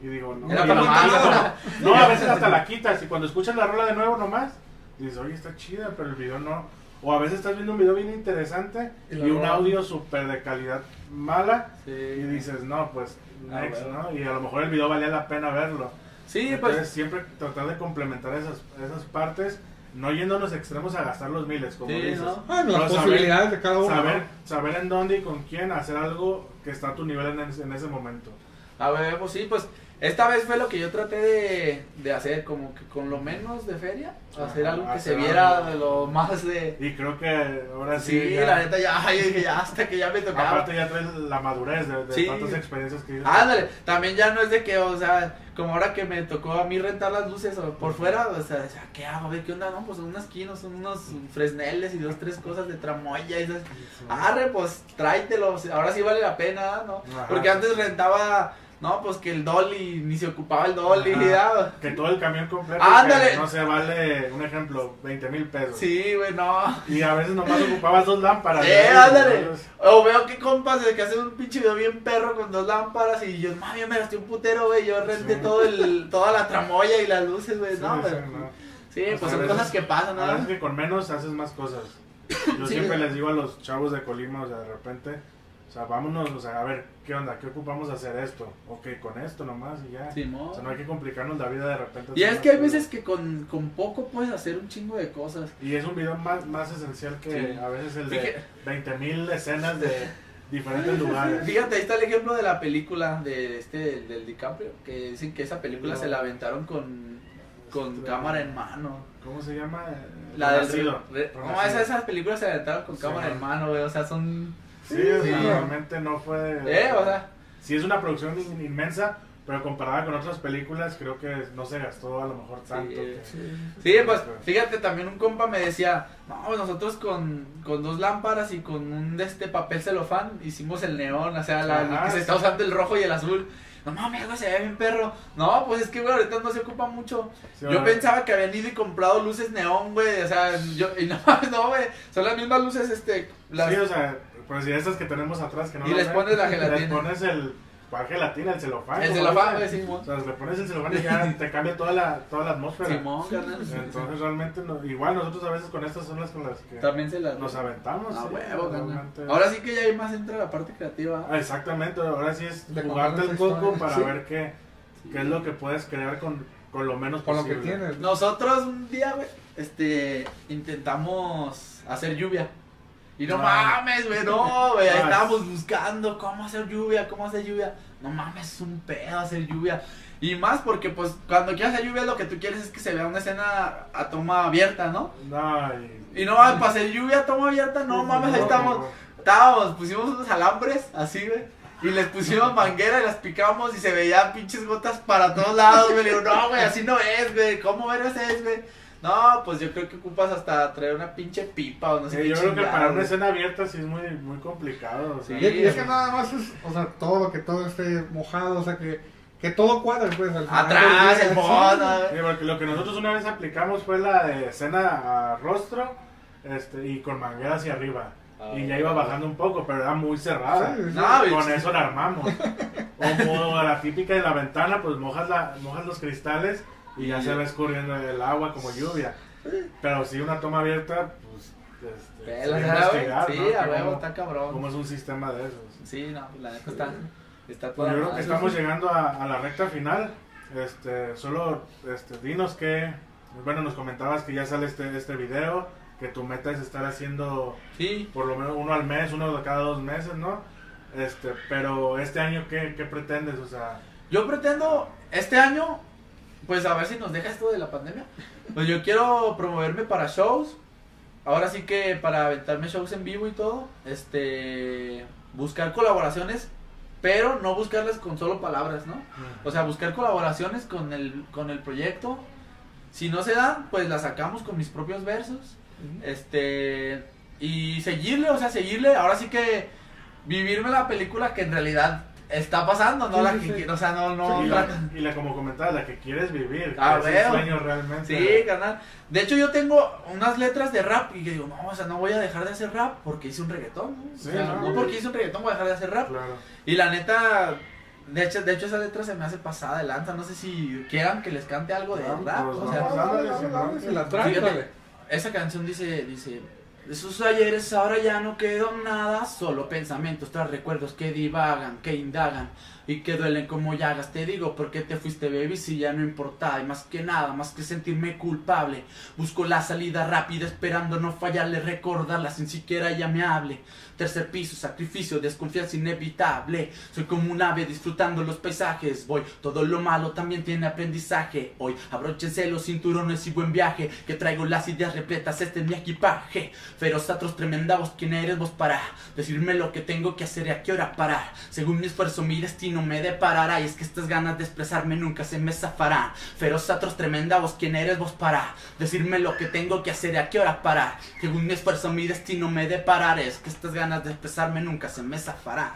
Speaker 2: y digo, no,
Speaker 3: Era
Speaker 2: y
Speaker 3: para
Speaker 2: no,
Speaker 3: más,
Speaker 2: no,
Speaker 3: ¿no?
Speaker 2: no, a veces hasta la quitas y cuando escuchas la rola de nuevo nomás, dices, oye, está chida, pero el video no. O a veces estás viendo un video bien interesante
Speaker 3: Y
Speaker 2: y,
Speaker 3: la
Speaker 2: un
Speaker 3: rola.
Speaker 2: audio súper de calidad mala
Speaker 3: Sí.
Speaker 2: y dices, no, pues,
Speaker 3: Ah,
Speaker 2: next,
Speaker 3: bueno.
Speaker 2: ¿no? Y a lo mejor el video valía la pena verlo.
Speaker 3: Sí,
Speaker 2: Entonces,
Speaker 3: pues.
Speaker 2: siempre tratar de complementar esas, esas partes, no yendo a los extremos a gastar los miles, como
Speaker 3: Sí,
Speaker 2: dices.
Speaker 3: ¿no?
Speaker 1: Ah, las
Speaker 2: No, saber-
Speaker 1: posibilidades de cada uno.
Speaker 2: Saber,
Speaker 1: ¿no?
Speaker 2: saber en dónde y con quién hacer algo que está a tu nivel en, es- en ese momento.
Speaker 3: A ver, pues sí, pues esta vez fue lo que yo traté de, de hacer, como que con lo menos de feria, hacer
Speaker 2: Ajá,
Speaker 3: algo que
Speaker 2: hacer
Speaker 3: se viera
Speaker 2: algo.
Speaker 3: de lo más de...
Speaker 2: Y creo que ahora sí.
Speaker 3: Sí,
Speaker 2: ya-
Speaker 3: la neta ya, yo dije, ya, hasta que ya me tocaba.
Speaker 2: Aparte ya traes la madurez de, de
Speaker 3: Sí.
Speaker 2: tantas experiencias que
Speaker 3: Ándale, también ya no es de que, o sea, como ahora que me tocó a mí rentar las luces o por fuera, o sea, decía, ¿qué hago? A ver, ¿qué onda? No, pues son unas quinos, son unos fresneles y dos, tres cosas de tramoya y esas. Arre, pues tráetelo, ahora sí vale la pena, ¿no?
Speaker 2: Ajá.
Speaker 3: Porque antes rentaba, no, pues que el dolly, ni se ocupaba el dolly,
Speaker 2: Ajá.
Speaker 3: ya.
Speaker 2: Que todo el camión completo.
Speaker 3: Ándale.
Speaker 2: que No se vale, un ejemplo, 20 mil pesos.
Speaker 3: Sí, güey, no.
Speaker 2: Y a veces nomás ocupabas dos lámparas.
Speaker 3: Eh,
Speaker 2: ¿no?
Speaker 3: ándale.
Speaker 2: Entonces,
Speaker 3: O veo que compas de que hacen un pinche video bien perro con dos lámparas y yo, mami, yo me gasté un putero, güey. Yo renté
Speaker 2: Sí.
Speaker 3: todo el, toda la tramoya y las luces, güey.
Speaker 2: sí,
Speaker 3: no, pues,
Speaker 2: sí,
Speaker 3: pero.
Speaker 2: no.
Speaker 3: Sí,
Speaker 2: O sea,
Speaker 3: pues
Speaker 2: a
Speaker 3: son
Speaker 2: veces-
Speaker 3: cosas que pasan,
Speaker 2: La verdad es
Speaker 3: ¿no?
Speaker 2: que con menos haces más cosas. Yo
Speaker 3: Sí.
Speaker 2: siempre les digo a los chavos de Colima, o sea, de repente, o sea, vámonos, o sea, a ver, ¿qué onda? ¿Qué ocupamos hacer esto? Ok, con esto nomás y ya.
Speaker 3: Simón.
Speaker 2: O sea, no hay que complicarnos la vida de repente.
Speaker 3: Y
Speaker 2: hacer
Speaker 3: es
Speaker 2: más
Speaker 3: que hay
Speaker 2: cosas.
Speaker 3: veces que con, con poco puedes hacer un chingo de cosas.
Speaker 2: Y es un video más, más esencial que
Speaker 3: Sí.
Speaker 2: a veces el
Speaker 3: Fíjate.
Speaker 2: de 20.000 escenas de, diferentes lugares.
Speaker 3: Fíjate, ahí está el ejemplo de la película de este, del, del DiCaprio, que dicen que esa película
Speaker 2: No. Este,
Speaker 3: se la aventaron con, con
Speaker 2: Ostras.
Speaker 3: cámara en mano.
Speaker 2: ¿Cómo se llama?
Speaker 3: La del
Speaker 2: Renacido.
Speaker 3: re- re- no,
Speaker 2: Renacido.
Speaker 3: esas, esas películas se aventaron con
Speaker 2: Sí.
Speaker 3: cámara en mano, güey, o sea, son...
Speaker 2: Sí, o sea,
Speaker 1: Sí.
Speaker 2: realmente no fue.
Speaker 3: Eh, o sea,
Speaker 2: Sí, es una producción in- inmensa, pero comparada con otras películas, creo que no se gastó a lo mejor tanto. que-
Speaker 3: eh, Sí, pues fíjate, también un compa me decía, no, pues nosotros con, con dos lámparas y con un de este papel celofán hicimos el neón, o sea, la,
Speaker 2: Ajá,
Speaker 3: que se
Speaker 2: sí.
Speaker 3: está usando el rojo y el azul. No mames, güey, se ve bien perro. No, pues es que, güey, ahorita no se ocupa mucho.
Speaker 2: Sí,
Speaker 3: yo
Speaker 2: ¿verdad?
Speaker 3: pensaba que habían ido y comprado luces neón, güey, o sea, yo, y no mames, no, güey, son las mismas luces, este, las...
Speaker 2: Sí, o sea, pues si estas que tenemos atrás que no
Speaker 3: Y
Speaker 2: las
Speaker 3: les
Speaker 2: ven,
Speaker 3: pones la gelatina.
Speaker 2: Les pones el. ¿Cuál gelatina? El celofán.
Speaker 3: el
Speaker 2: como
Speaker 3: celofán,
Speaker 2: dice.
Speaker 3: güey, Simón.
Speaker 2: O sea, le pones el celofán y ya te cambia toda la, toda la atmósfera.
Speaker 3: Simón, carnal.
Speaker 2: Entonces realmente, no- igual nosotros a veces con estas son las con las que
Speaker 3: También se las...
Speaker 2: nos aventamos.
Speaker 3: Ah,
Speaker 2: sí,
Speaker 3: huevo, carnal.
Speaker 2: realmente.
Speaker 3: Ahora sí que ya hay más entra la parte creativa.
Speaker 2: Ah, Exactamente, ahora sí es
Speaker 1: De
Speaker 2: jugarte
Speaker 1: contar
Speaker 2: el
Speaker 1: esa
Speaker 2: coco
Speaker 1: historia.
Speaker 2: para
Speaker 1: Sí.
Speaker 2: ver qué, qué es lo que puedes crear con, con lo menos
Speaker 1: Con lo que
Speaker 2: posible.
Speaker 1: tienes.
Speaker 3: Nosotros un día, güey, este, intentamos hacer lluvia. Y no
Speaker 2: Ah.
Speaker 3: mames, güey, no, güey, ahí
Speaker 2: Ah,
Speaker 3: estábamos buscando cómo hacer lluvia, cómo hacer lluvia. No mames, es un pedo hacer lluvia. Y más porque, pues, cuando quieres hacer lluvia, lo que tú quieres es que se vea una escena a toma abierta, ¿no?
Speaker 2: No, y-
Speaker 3: Y no mames, para hacer lluvia a toma abierta, no mames, ahí estamos. Estábamos, pusimos unos alambres, así, güey. Y les pusimos manguera y las picamos y se veían pinches gotas para todos lados, güey. Le digo, no, güey, así no es, güey. ¿Cómo verás es, güey? No, pues yo creo que ocupas hasta traer una pinche pipa o no sé
Speaker 2: Sí,
Speaker 3: qué
Speaker 2: Eh, yo creo que
Speaker 3: chingada,
Speaker 2: para una
Speaker 3: güey.
Speaker 2: escena abierta sí es muy, muy complicado. o sea.
Speaker 1: Y, y es que nada más es, o sea, todo, que todo esté mojado, o sea, que, que todo cuadre, pues. al final del
Speaker 3: Atrás,
Speaker 1: día,
Speaker 3: el
Speaker 1: sí.
Speaker 3: fondo,
Speaker 2: Sí,
Speaker 3: güey.
Speaker 2: porque lo que nosotros una vez aplicamos fue la de escena a rostro este, y con manguera hacia arriba. y ya iba bajando un poco, pero era muy cerrada.
Speaker 1: Sí, sí.
Speaker 3: No, güey.
Speaker 2: Con eso la armamos. O como la típica de la ventana, pues mojas, la, mojas los cristales y ya se va escurriendo el agua como lluvia. Pero si una toma abierta, pues. Este,
Speaker 3: Pelas,
Speaker 2: sí,
Speaker 3: güey.
Speaker 2: investigar,
Speaker 3: Sí,
Speaker 2: ¿no?
Speaker 3: a
Speaker 2: Que
Speaker 3: huevo,
Speaker 2: cómo-
Speaker 3: está cabrón.
Speaker 2: ¿Cómo es un sistema de esos?
Speaker 3: Sí, no, la neta está, está
Speaker 2: Pues
Speaker 3: toda
Speaker 2: yo creo que
Speaker 3: madre.
Speaker 2: estamos llegando a, a la recta final. Este, solo este, dinos que, bueno, nos comentabas que ya sale este, este video, que tu meta es estar haciendo
Speaker 3: Sí,
Speaker 2: por lo menos uno al mes, uno de cada dos meses, ¿no? Este, pero este año, ¿qué, qué pretendes? O sea,
Speaker 3: Yo pretendo este año, pues a ver si nos deja esto de la pandemia. Pues yo quiero promoverme para shows. Ahora sí que para aventarme shows en vivo y todo, este buscar colaboraciones, pero no buscarlas con solo palabras, ¿no? O sea, buscar colaboraciones con el con el proyecto. Si no se dan, pues las sacamos con mis propios versos. Este y seguirle, o sea, seguirle, ahora sí que vivirme la película que en realidad está pasando, no
Speaker 1: Sí,
Speaker 3: la
Speaker 1: sí,
Speaker 3: que
Speaker 1: sí.
Speaker 3: quiero, o sea, no no
Speaker 2: y,
Speaker 3: la-
Speaker 2: la, y la como comentaba, la que quieres vivir,
Speaker 3: Ah,
Speaker 2: que es
Speaker 3: huevo.
Speaker 2: el sueño realmente.
Speaker 3: Sí, carnal. De hecho, yo tengo unas letras de rap y que digo, no, o sea, no voy a dejar de hacer rap porque hice un reggaetón. ¿no? O
Speaker 2: Sí,
Speaker 3: sea,
Speaker 2: ¿no?
Speaker 3: no porque hice un reggaetón voy a dejar de hacer rap.
Speaker 2: Claro.
Speaker 3: Y la neta, de hecho, de hecho esa letra se me hace pasada de lanza. No sé si quieran que les cante algo de
Speaker 2: Vamos,
Speaker 1: pues,
Speaker 3: rap. O sea,
Speaker 2: vamos.
Speaker 1: Ándale, ándale, ándale, se la trae,
Speaker 3: Fíjate.
Speaker 1: dale.
Speaker 3: esa canción dice, dice, de sus ayeres ahora ya no quedó nada, solo pensamientos tras recuerdos que divagan, que indagan y que duelen como llagas. Te digo por qué te fuiste, baby, si ya no importaba y más que nada, más que sentirme culpable, busco la salida rápida esperando no fallarle, recordarla sin siquiera ella me hable. Tercer piso, sacrificio, desconfianza inevitable. Soy como un ave disfrutando los paisajes. Voy, todo lo malo también tiene aprendizaje. Hoy, abróchense los cinturones y buen viaje. Que traigo las ideas repletas, este es mi equipaje. Feroz, atroz, tremenda voz, ¿quién eres vos para decirme lo que tengo que hacer y a qué hora parar? Según mi esfuerzo, mi destino me deparará. Y es que estas ganas de expresarme nunca se me zafarán. Feroz, atroz, tremenda voz, ¿quién eres vos para decirme lo que tengo que hacer y a qué hora parar? Según mi esfuerzo, mi destino me deparará. Es que estas ganas de expresarme nunca se me zafarán.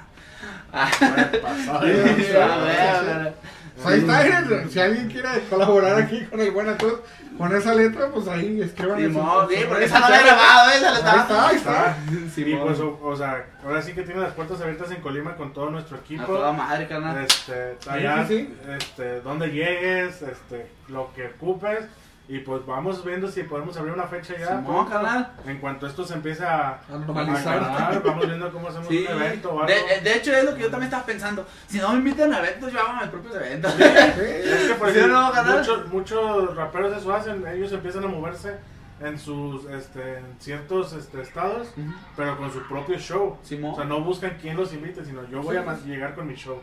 Speaker 3: Ah.
Speaker 2: Puede pasar.
Speaker 1: Sí,
Speaker 3: Sí,
Speaker 1: sí,
Speaker 3: a
Speaker 1: sí,
Speaker 3: ver,
Speaker 1: sí.
Speaker 3: a ver.
Speaker 1: Pues ahí está,
Speaker 3: Mm.
Speaker 1: miren, si alguien quiere colaborar aquí con el buen Atos, con esa letra, pues ahí escriban. pues,
Speaker 3: Simón, sí, porque esa no la he grabado, esa la
Speaker 1: Ahí está,
Speaker 3: estaba.
Speaker 1: ahí está.
Speaker 2: Y pues,
Speaker 3: Simón.
Speaker 2: o, o sea, ahora sí que tiene las puertas abiertas en Colima con todo nuestro equipo.
Speaker 3: A toda madre, carnal.
Speaker 2: Este, allá,
Speaker 1: sí, sí.
Speaker 2: este, donde llegues, este, lo que ocupes. Y pues vamos viendo si podemos abrir una fecha ya.
Speaker 3: Simón, carnal.
Speaker 2: En cuanto esto se empieza a
Speaker 1: A normalizar.
Speaker 2: aclarar, vamos viendo cómo hacemos
Speaker 3: Sí.
Speaker 2: un evento o algo.
Speaker 3: De, eh, de hecho, es lo que yo también estaba pensando. Si no me invitan a eventos, yo hago mis propios eventos.
Speaker 1: Sí.
Speaker 2: Es que por
Speaker 3: ¿Sí o
Speaker 2: ejemplo,
Speaker 3: no, carnal?
Speaker 2: muchos, muchos raperos eso hacen, ellos empiezan a moverse en sus este, en ciertos este, estados,
Speaker 3: Ujú.
Speaker 2: pero con su propio show.
Speaker 3: Simón.
Speaker 2: O sea, no buscan quién los invite, sino yo voy a
Speaker 3: Sí.
Speaker 2: mas- llegar con mi show.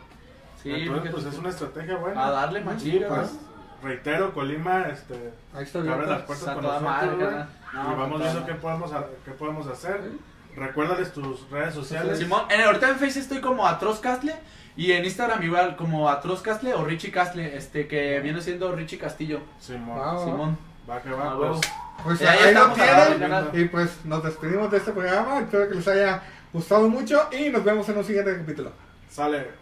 Speaker 3: Sí,
Speaker 2: Entonces,
Speaker 3: porque-
Speaker 2: pues es una estrategia buena.
Speaker 3: A darle machín,
Speaker 1: pues,
Speaker 3: pues.
Speaker 2: Reitero, Colima, este,
Speaker 1: Ahí está
Speaker 2: te abre las
Speaker 1: abierta.
Speaker 2: puertas
Speaker 3: a
Speaker 2: con
Speaker 3: toda
Speaker 2: nosotros,
Speaker 3: madre,
Speaker 2: güey,
Speaker 3: carnal. No,
Speaker 2: y vamos
Speaker 3: con
Speaker 2: viendo
Speaker 3: toda
Speaker 2: qué
Speaker 3: madre.
Speaker 2: podemos, ha- qué podemos hacer. Recuérdales tus redes sociales.
Speaker 3: Pues, Simón, en, ahorita en Face estoy como Atroz Castle y en Instagram igual como Atroz Castle o Richie Castle, este que viene siendo Richie Castillo.
Speaker 2: Simón.
Speaker 1: Ah, va.
Speaker 3: Simón.
Speaker 2: Va que
Speaker 3: Ah,
Speaker 2: va,
Speaker 3: huevo.
Speaker 2: pues.
Speaker 1: Pues
Speaker 3: Eh, ahí
Speaker 1: ahí lo
Speaker 3: estamos, a la
Speaker 1: tienen.
Speaker 3: orden,
Speaker 1: Y pues nos despedimos de este programa. Espero que les haya gustado mucho y nos vemos en un siguiente capítulo.
Speaker 2: Sale.